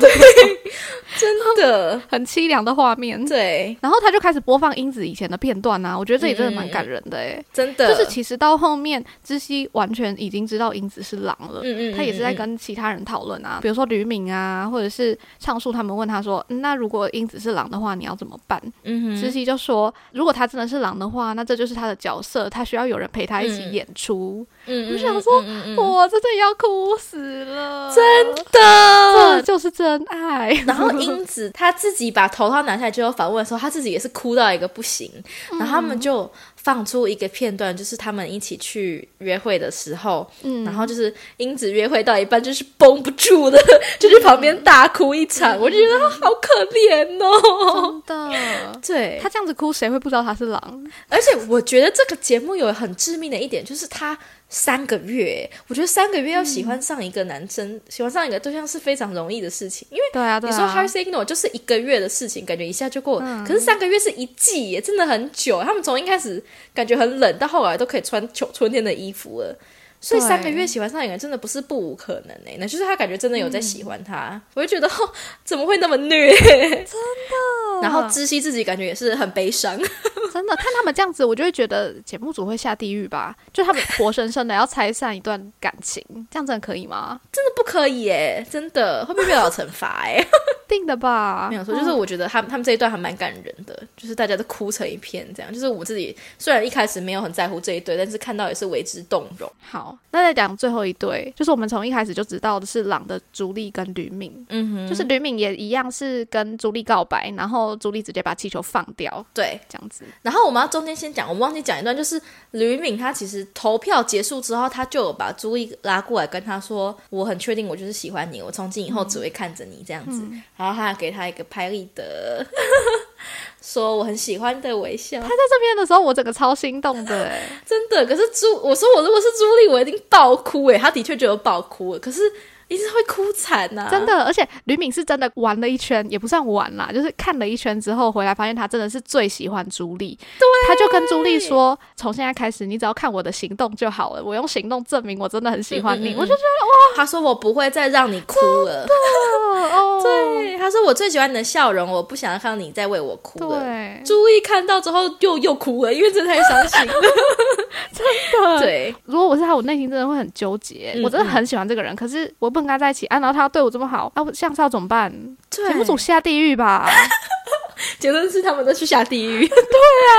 [SPEAKER 1] 真
[SPEAKER 2] *laughs*
[SPEAKER 1] 的，
[SPEAKER 2] 很凄凉的画面。
[SPEAKER 1] 对，
[SPEAKER 2] 然后他就开始播放英子以前的片段啊，我觉得这里真的蛮感人的哎、
[SPEAKER 1] 真的，
[SPEAKER 2] 就是其实到后面，知熙完全已经知道英子是狼了，
[SPEAKER 1] 嗯嗯嗯
[SPEAKER 2] 他也是在跟其他人讨论啊，比如说吕敏啊，或者是畅树他们问他说，嗯那如果英子是狼的话，你要怎么办？
[SPEAKER 1] 嗯
[SPEAKER 2] 知
[SPEAKER 1] 哼，
[SPEAKER 2] 熙就说，如果他真的是狼的话，那这就是他的角色，他需要有人陪他一
[SPEAKER 1] 嗯
[SPEAKER 2] 起演出。
[SPEAKER 1] 嗯
[SPEAKER 2] 我想说，
[SPEAKER 1] 嗯嗯嗯
[SPEAKER 2] 我真的要哭死了，
[SPEAKER 1] 真
[SPEAKER 2] 这
[SPEAKER 1] 的。
[SPEAKER 2] 就是真爱。
[SPEAKER 1] 然后英子她自己把头套拿下来就要反问的时候，她自己也是哭到一个不行。
[SPEAKER 2] 嗯
[SPEAKER 1] 然后他们就放出一个片段，就是他们一起去约会的时候，
[SPEAKER 2] 嗯
[SPEAKER 1] 然后就是英子约会到一半就是绷不住了， *laughs* 就是旁边大哭一场，我就觉得她好可怜哦。
[SPEAKER 2] 嗯真的，
[SPEAKER 1] *laughs* 对
[SPEAKER 2] 他，这样子哭，谁会不知道他是狼？
[SPEAKER 1] 而且我觉得这个节目有很致命的一点，就是他三个月，我觉得三个月要
[SPEAKER 2] 嗯
[SPEAKER 1] 喜欢上一个男生，喜欢上一个对象是非常容易的事情，因为。
[SPEAKER 2] 对啊，对
[SPEAKER 1] 你
[SPEAKER 2] 啊。
[SPEAKER 1] 说 hard signal 就是一个月的事情，感觉一下就过了。
[SPEAKER 2] 嗯
[SPEAKER 1] 可是三个月是一季耶，真的很久。他们从一开始感觉很冷，到后来都可以穿秋春天的衣服了。所以
[SPEAKER 2] 对
[SPEAKER 1] 三个月喜欢上一个人真的不是不无可能诶，那就是他感觉真的有在
[SPEAKER 2] 嗯
[SPEAKER 1] 喜欢他，我就觉得、 *laughs* 哦、怎么会那么虐？真的。然后知悉自己感觉也是很悲伤， *laughs*
[SPEAKER 2] 真的看他们这样子，我就会觉得节目组会下地狱吧？就他们活生生的要拆散一段感情，这样真的可以吗？
[SPEAKER 1] 真的不可以耶，真的会不会被老惩罚哎？
[SPEAKER 2] 定的吧？
[SPEAKER 1] 没有错，就是我觉得他们他们这一段还蛮感人的，就是大家都哭成一片，这样。就是我自己虽然一开始没有很在乎这一对，但是看到也是为之动容。
[SPEAKER 2] 好，那再讲最后一对，就是我们从一开始就知道的是狼的朱莉跟吕敏，
[SPEAKER 1] 嗯哼，
[SPEAKER 2] 就是吕敏也一样是跟朱莉告白，然后朱莉直接把气球放掉，
[SPEAKER 1] 对。
[SPEAKER 2] 这样子。
[SPEAKER 1] 然后我们要中间先讲，我们忘记讲一段，就是吕敏她其实投票结束之后，她就有把朱莉拉过来跟她说：“我很确定我就是喜欢你，我从今以后只会看着你这样子。然后她还给她一个拍立得， *laughs* 说我很喜欢的微笑。
[SPEAKER 2] 他在这边的时候，我整个超心动的、欸，
[SPEAKER 1] 真的。可是朱，我说我如果是朱莉，我一定爆哭诶、欸，他的确就有爆哭，可是一定会哭惨呐、啊，
[SPEAKER 2] 真的。而且吕敏是真的玩了一圈，也不算玩啦，就是看了一圈之后回来，发现他真的是最喜欢朱莉。
[SPEAKER 1] 对，
[SPEAKER 2] 他就跟朱莉说：“从现在开始，你只要看我的行动就好了，我用行动证明我真的很喜欢你。嗯嗯嗯”我就觉得哇，
[SPEAKER 1] 他说我不会再让你哭了。
[SPEAKER 2] 哦，
[SPEAKER 1] 对，他说我最喜欢你的笑容，我不想看到你再为我哭了。
[SPEAKER 2] 对，
[SPEAKER 1] 朱莉看到之后又又哭了，因为真的太伤心了。
[SPEAKER 2] 真的，
[SPEAKER 1] *laughs* 对，嗯
[SPEAKER 2] 如果我是他，我内心真的会很纠结。我真的很喜欢这个人，可是我不能跟他在一起啊。然后他对我这么好，那、啊、我像是要怎么办？
[SPEAKER 1] 对
[SPEAKER 2] 节目组下地
[SPEAKER 1] *laughs*
[SPEAKER 2] 狱吧？
[SPEAKER 1] 结论是他们都去下地狱。
[SPEAKER 2] 对啊，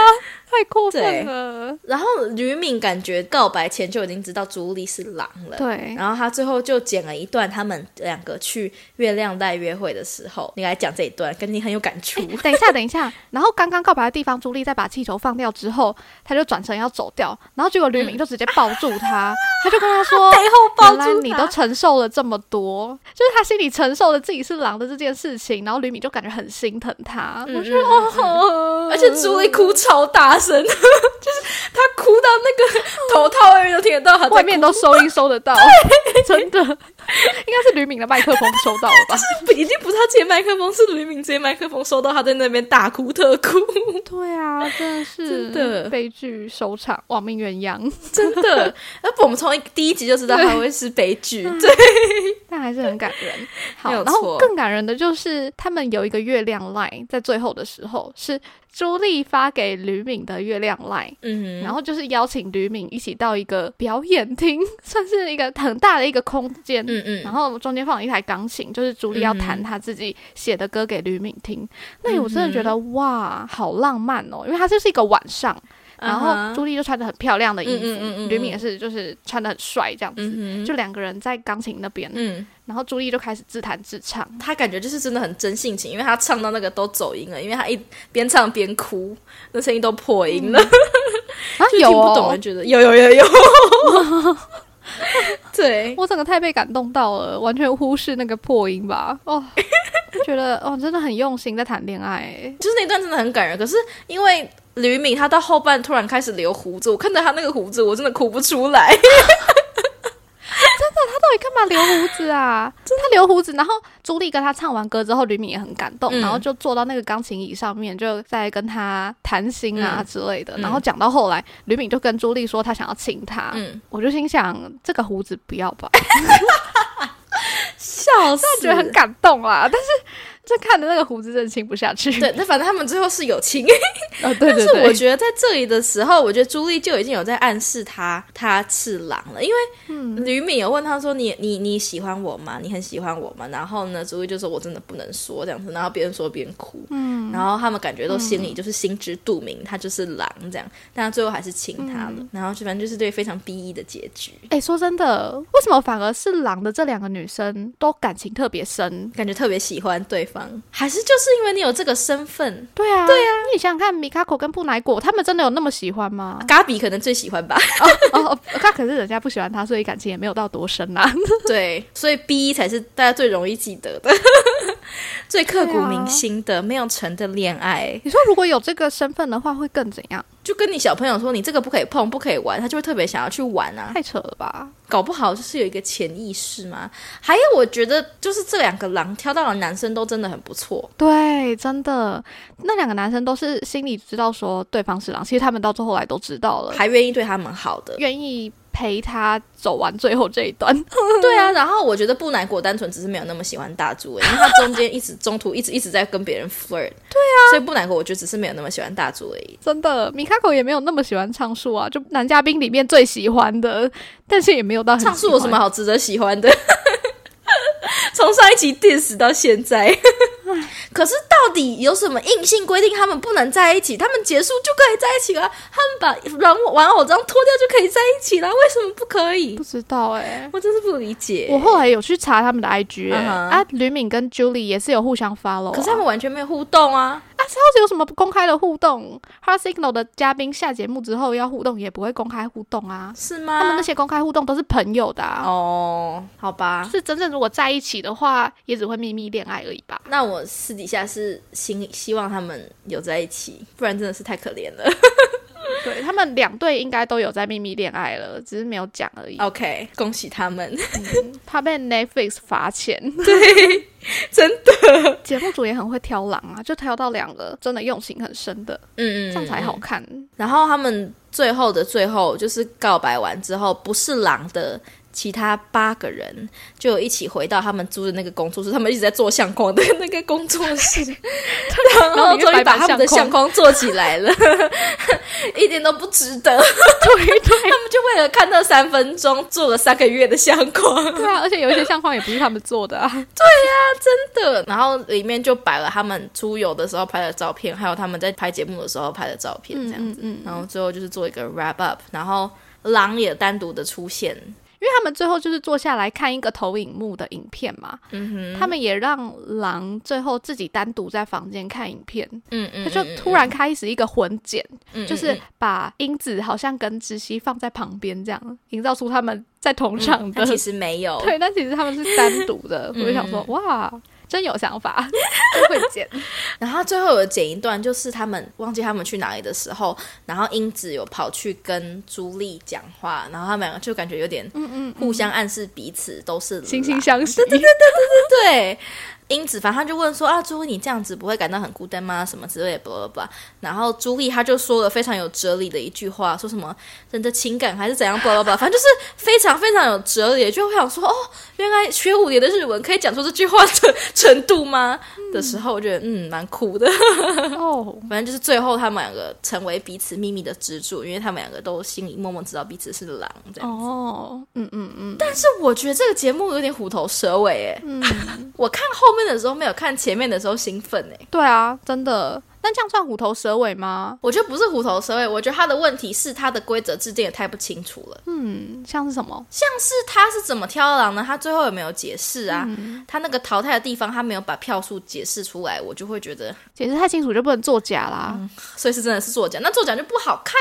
[SPEAKER 2] 太过分了。
[SPEAKER 1] 然后吕敏感觉告白前就已经知道朱莉是狼了。
[SPEAKER 2] 对，
[SPEAKER 1] 然后他最后就剪了一段他们两个去月亮带约会的时候，你来讲这一段，跟你很有感触。
[SPEAKER 2] 诶 *laughs* 等一下，等一下。然后刚刚告白的地方，朱莉在把气球放掉之后，他就转身要走掉，然后结果
[SPEAKER 1] *laughs*
[SPEAKER 2] 吕敏就直接抱住他，他就跟他说：“
[SPEAKER 1] 背后抱
[SPEAKER 2] 原来
[SPEAKER 1] 住
[SPEAKER 2] 你
[SPEAKER 1] 他
[SPEAKER 2] 都承受了这么多，就是他心里承受了自己是狼的这件事情，然后吕敏就感觉很心疼他。
[SPEAKER 1] 嗯
[SPEAKER 2] 我觉得哦，
[SPEAKER 1] 而且朱莉哭超大声， *laughs* 就是她哭到那个头套外面都听得到她在哭，
[SPEAKER 2] 外面都收音收得
[SPEAKER 1] *laughs*
[SPEAKER 2] 到，真的，应该是吕敏的麦克风收
[SPEAKER 1] *laughs*
[SPEAKER 2] 到了吧？
[SPEAKER 1] 不已经不是她接麦克风，是吕敏接麦克风收到她在那边大哭特哭，
[SPEAKER 2] 对啊，真的是
[SPEAKER 1] 真的
[SPEAKER 2] 悲剧收场，亡命鸳鸯。
[SPEAKER 1] *laughs* 真的。要不我们从一第一集就知道她会是悲剧，对，
[SPEAKER 2] 但还是很感
[SPEAKER 1] *laughs*
[SPEAKER 2] 人。好，
[SPEAKER 1] 没有
[SPEAKER 2] 然后
[SPEAKER 1] 错
[SPEAKER 2] 更感人的就是他们有一个月亮 line，在最后的时候是朱莉发给吕敏的月亮 line，、
[SPEAKER 1] 嗯
[SPEAKER 2] 然后就是邀请吕敏一起到一个表演厅， *laughs* 算是一个很大的一个空间。
[SPEAKER 1] 嗯嗯
[SPEAKER 2] 然后中间放了一台钢琴，就是朱莉要弹她自己写的歌给吕敏听。那我真的觉得
[SPEAKER 1] 嗯
[SPEAKER 2] 哇，好浪漫哦！因为它就是一个晚上，然
[SPEAKER 1] 啊
[SPEAKER 2] 后朱莉就穿着很漂亮的衣服，
[SPEAKER 1] 嗯嗯嗯嗯
[SPEAKER 2] 吕敏也是就是穿的很帅这样子，
[SPEAKER 1] 嗯
[SPEAKER 2] 就两个人在钢琴那边，
[SPEAKER 1] 嗯，
[SPEAKER 2] 然后朱莉就开始自弹自唱。
[SPEAKER 1] 她感觉就是真的很真性情，因为她唱到那个都走音了，因为她一边唱边哭，那声音都破音了，
[SPEAKER 2] 啊，
[SPEAKER 1] 就
[SPEAKER 2] 有、
[SPEAKER 1] 听
[SPEAKER 2] 哦、
[SPEAKER 1] 不懂，觉得有有有 *laughs* 有，对，
[SPEAKER 2] 我整个太被感动到了，完全忽视那个破音吧。
[SPEAKER 1] *laughs*
[SPEAKER 2] 哦，就觉得哦，真的很用心在谈恋爱欸。
[SPEAKER 1] 就是那段真的很感人。可是因为吕敏她到后半突然开始留胡子，我看到她那个胡子，我真的哭不出来。
[SPEAKER 2] 他到底干嘛留胡子啊？他留胡子，然后朱莉跟他唱完歌之后，吕敏也很感动，
[SPEAKER 1] 嗯
[SPEAKER 2] 然后就坐到那个钢琴椅上面，就在跟他谈心啊
[SPEAKER 1] 嗯
[SPEAKER 2] 之类的。
[SPEAKER 1] 嗯
[SPEAKER 2] 然后讲到后来，吕敏就跟朱莉说他想要亲她，
[SPEAKER 1] 嗯， *laughs*
[SPEAKER 2] 我就心想这个胡子不要吧，
[SPEAKER 1] 笑死，
[SPEAKER 2] 觉得很感动啊。哦但是这看的那个胡子真的亲不下去。 *laughs*
[SPEAKER 1] 对，那反正他们最后是有亲，
[SPEAKER 2] 啊，对对
[SPEAKER 1] 但是我
[SPEAKER 2] 对，
[SPEAKER 1] 觉得在这里的时候，我觉得朱莉就已经有在暗示他他是狼了，因
[SPEAKER 2] 嗯
[SPEAKER 1] 为吕敏有问他说：“你你你喜欢我吗？你很喜欢我吗？”然后呢，朱莉就说：“我真的不能说这样子。”然后边说边哭，嗯，然后他们感觉都心里就是心知肚明，他就是狼这样，但他最后还是亲他了，然后就反正就是对非常 B E 的结局，
[SPEAKER 2] 哎、说真的，为什么反而是狼的这两个女生都感情特别深？
[SPEAKER 1] 感觉特别喜欢对方，还是就是因为你有这个身份，
[SPEAKER 2] 对啊，对啊，你想想看，米卡口跟布乃果，他们真的有那么喜欢 *laughs* 吗？
[SPEAKER 1] 嘎比可能最喜欢吧。
[SPEAKER 2] 哦哦，那、可是人家不喜欢他，所以感情也没有到多深啊。 *laughs*
[SPEAKER 1] 对，所以 B 才是大家最容易记得的，最刻骨铭心的、没有成的恋爱。
[SPEAKER 2] 你说如果有这个身份的话，会更怎样？
[SPEAKER 1] 就跟你小朋友说，你这个不可以碰，不可以玩，他就会特别想要去玩啊。
[SPEAKER 2] 太扯了吧！
[SPEAKER 1] 搞不好就是有一个潜意识嘛。还有，我觉得就是这两个狼挑到的男生都真的很不错。
[SPEAKER 2] 对，真的，那两个男生都是心里知道说对方是狼，其实他们到最后来都知道了，
[SPEAKER 1] 还愿意对他们好的，
[SPEAKER 2] 愿意陪他走完最后这一段。
[SPEAKER 1] 对啊。然后我觉得布乃果单纯只是没有那么喜欢大猪、欸，因为他中间一直中途一直一直在跟别人 flirt。对 *laughs* 啊，所以布乃果我觉得只是没有那么喜欢大猪而已。
[SPEAKER 2] 真的，米卡口也没有那么喜欢唱树啊，就男嘉宾里面最喜欢的，但是也没有到很啊喜
[SPEAKER 1] 唱
[SPEAKER 2] 欢
[SPEAKER 1] 出有什么？好值得喜欢的？ *laughs* 从上一集 diss 到现在， *laughs* 可是到底有什么硬性规定他们不能在一起？他们结束就可以在一起了，他们把玩玩偶这样脱掉就可以在一起了，为什么不可以
[SPEAKER 2] 不？知道哎、
[SPEAKER 1] 我真是不理解。
[SPEAKER 2] 我后来有去查他们的 IG 哎、
[SPEAKER 1] 嗯哼
[SPEAKER 2] 啊，吕敏跟 Julie 也是有互相 follow，、啊、
[SPEAKER 1] 可是他们完全没有互动啊！
[SPEAKER 2] 啊， House 有什么公开的互动？Hard Signal 的嘉宾下节目之后要互动，也不会公开互动啊。
[SPEAKER 1] 是吗？
[SPEAKER 2] 他们那些公开互动都是朋友的、啊，
[SPEAKER 1] 哦，好吧，
[SPEAKER 2] 是真正如果在一起的话，也只会秘密恋爱而已吧。
[SPEAKER 1] 那我私底下是希希望他们有在一起，不然真的是太可怜了。
[SPEAKER 2] 对他们两队应该都有在秘密恋爱了，只是没有讲而已。
[SPEAKER 1] OK，恭喜他们， *laughs*
[SPEAKER 2] 嗯怕被 Netflix 罚钱。
[SPEAKER 1] 对，真的，
[SPEAKER 2] 节目组也很会挑狼啊，就挑到两个真的用心很深的，
[SPEAKER 1] 嗯
[SPEAKER 2] 这样才好看。
[SPEAKER 1] 然后他们最后的最后，就是告白完之后，不是狼的其他八个人就一起回到他们租的那个工作室，他们一直在做相框的那个工作
[SPEAKER 2] *laughs*
[SPEAKER 1] 室，然
[SPEAKER 2] 然后
[SPEAKER 1] 后
[SPEAKER 2] 里面
[SPEAKER 1] 终于把
[SPEAKER 2] 摆满
[SPEAKER 1] 他们的
[SPEAKER 2] 相
[SPEAKER 1] 相框做起来了，一点都不值得。
[SPEAKER 2] 对对
[SPEAKER 1] 他们就为了看那三分钟，做了三个月的相框，
[SPEAKER 2] 对啊，而且有一些相框也不是他们做
[SPEAKER 1] *laughs*
[SPEAKER 2] 的啊。
[SPEAKER 1] 真的。然后里面就摆了他们出游的时候拍的照片，还有他们在拍节目的时候拍的照片，这样子。
[SPEAKER 2] 嗯嗯，
[SPEAKER 1] 然后最后就是做一个 wrap up，然后狼也单独的出现，
[SPEAKER 2] 因为他们最后就是坐下来看一个投影幕的影片嘛，
[SPEAKER 1] 嗯
[SPEAKER 2] 他们也让狼最后自己单独在房间看影片，
[SPEAKER 1] 嗯嗯
[SPEAKER 2] 他就突然开始一个混剪，
[SPEAKER 1] 嗯
[SPEAKER 2] 就是把英子好像跟知熙放在旁边这样，营造出他们在同场的
[SPEAKER 1] 嗯他其实没有，
[SPEAKER 2] *laughs* 对，但其实他们是单独的。
[SPEAKER 1] *laughs* 嗯
[SPEAKER 2] 我就想说，哇，真有想法， *laughs* 真会
[SPEAKER 1] *laughs*
[SPEAKER 2] 剪。
[SPEAKER 1] 然后最后有剪一段，就是他们忘记他们去哪里的时候，然后英子有跑去跟朱莉讲话，然后他们两个就感觉有点
[SPEAKER 2] 嗯嗯，
[SPEAKER 1] 互相暗示彼此都是狼
[SPEAKER 2] 惺惺相
[SPEAKER 1] *laughs*
[SPEAKER 2] 惜。
[SPEAKER 1] 对，英子反正他就问说啊，朱莉你这样子不会感到很孤单吗？什么之类的，巴拉巴拉。然后朱莉她就说了非常有哲理的一句话，说什么人的情感还是怎样，巴拉巴拉，反正就是非常非常有哲理。就会想说哦，原来学五年的日文可以讲出这句话的程度吗？的时候，我觉得嗯蛮酷的。
[SPEAKER 2] 哦，
[SPEAKER 1] 反正就是最后他们两个成为彼此秘密的支柱，因为他们两个都心里默默知道彼此是狼。这样，
[SPEAKER 2] 哦，嗯嗯嗯，
[SPEAKER 1] 但是我觉得这个节目有点虎头蛇尾哎。我看后面的时候没有看前面的时候兴奋哎、
[SPEAKER 2] 对啊，真的。那这样算虎头蛇尾吗？
[SPEAKER 1] 我觉得不是虎头蛇尾，我觉得他的问题是他的规则制定也太不清楚了。
[SPEAKER 2] 嗯，像是什么？
[SPEAKER 1] 像是他是怎么挑狼呢？他最后也没有解释啊。他那个淘汰的地方，他没有把票数解释出来，我就会觉得，
[SPEAKER 2] 解释太清楚就不能作假啦。
[SPEAKER 1] 所以是真的是作假，那作假就不好看，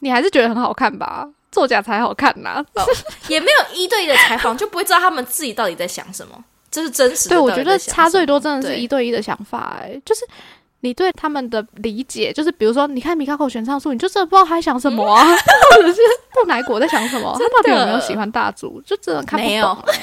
[SPEAKER 2] 你还是觉得很好看吧？作假才好看呐、
[SPEAKER 1] 也没有一对一的采访，就不会知道他们自己到底在想什么。 *laughs* 这是真实的。
[SPEAKER 2] 对，我
[SPEAKER 1] 到
[SPEAKER 2] 觉
[SPEAKER 1] 底
[SPEAKER 2] 得
[SPEAKER 1] 在想
[SPEAKER 2] 差
[SPEAKER 1] 什么
[SPEAKER 2] 最多真的是
[SPEAKER 1] 对
[SPEAKER 2] 一对一的想法、哎，就是你对他们的理解，就是比如说，你看米卡口选唱术，你就真的不知道他在想什么
[SPEAKER 1] 嗯
[SPEAKER 2] 啊，或者是布乃果在想
[SPEAKER 1] *laughs*
[SPEAKER 2] 什么，他到底有没有喜欢大竹，就真的看不
[SPEAKER 1] 没
[SPEAKER 2] 懂、
[SPEAKER 1] 有
[SPEAKER 2] 哎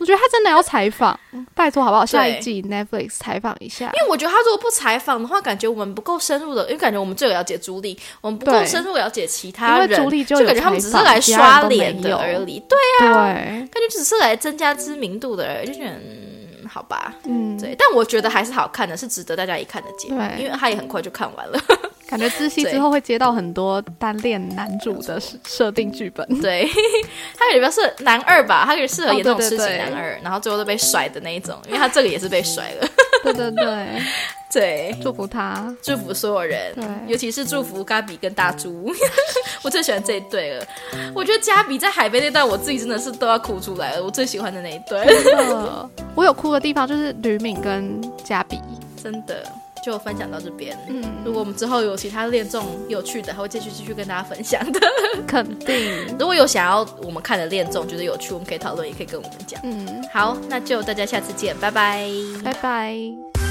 [SPEAKER 2] 我觉得他真的要采访，拜托好不好？下一
[SPEAKER 1] *laughs* 对
[SPEAKER 2] 季 Netflix 采访一下。
[SPEAKER 1] 因为我觉得他如果不采访的话，感觉我们不够深入的，因为感觉我们最了解朱莉，我们不够
[SPEAKER 2] 对
[SPEAKER 1] 深入了解其他
[SPEAKER 2] 因为
[SPEAKER 1] 人，
[SPEAKER 2] 朱莉
[SPEAKER 1] 就
[SPEAKER 2] 有
[SPEAKER 1] 感觉他们只是来
[SPEAKER 2] 采访其他
[SPEAKER 1] 刷
[SPEAKER 2] 人都
[SPEAKER 1] 脸
[SPEAKER 2] 没
[SPEAKER 1] 的
[SPEAKER 2] 有
[SPEAKER 1] 而已，对，
[SPEAKER 2] 对，
[SPEAKER 1] 感觉只是来增加知名度的而已，就觉得嗯，好吧，
[SPEAKER 2] 嗯，
[SPEAKER 1] 对。但我觉得还是好看的，是值得大家一看的节目，
[SPEAKER 2] 对
[SPEAKER 1] 因为他也很快就看完了，
[SPEAKER 2] 感觉知熙
[SPEAKER 1] 对
[SPEAKER 2] 之后会接到很多单恋男主的设设定剧 *laughs* 本。
[SPEAKER 1] 对。 *laughs* 他也比较适合男二吧，他也适合演这种
[SPEAKER 2] 哦对对
[SPEAKER 1] 痴情
[SPEAKER 2] 对
[SPEAKER 1] 男二，然后最后都被甩的那一种，因为他这个也是被甩了， *laughs*
[SPEAKER 2] 对对对，
[SPEAKER 1] 对。
[SPEAKER 2] 祝福他。
[SPEAKER 1] 祝福所有人
[SPEAKER 2] 对，
[SPEAKER 1] 尤其是祝福嘎比跟大猪， *laughs* 我最喜欢这一对了。我觉得加比在海边那段，我自己真的是都要哭出来了。我最喜欢的那一对，
[SPEAKER 2] 真的，我有哭的地方就是吕敏跟嘉比。
[SPEAKER 1] 真的就分享到这边。
[SPEAKER 2] 嗯，
[SPEAKER 1] 如果我们之后有其他恋综有趣的，还会继续继续跟大家分享的。 *laughs*
[SPEAKER 2] 肯定。
[SPEAKER 1] 如果有想要我们看的恋综，觉得有趣，我们可以讨论，也可以跟我们讲。
[SPEAKER 2] 嗯，
[SPEAKER 1] 好，那就大家下次见，拜拜。
[SPEAKER 2] 拜拜。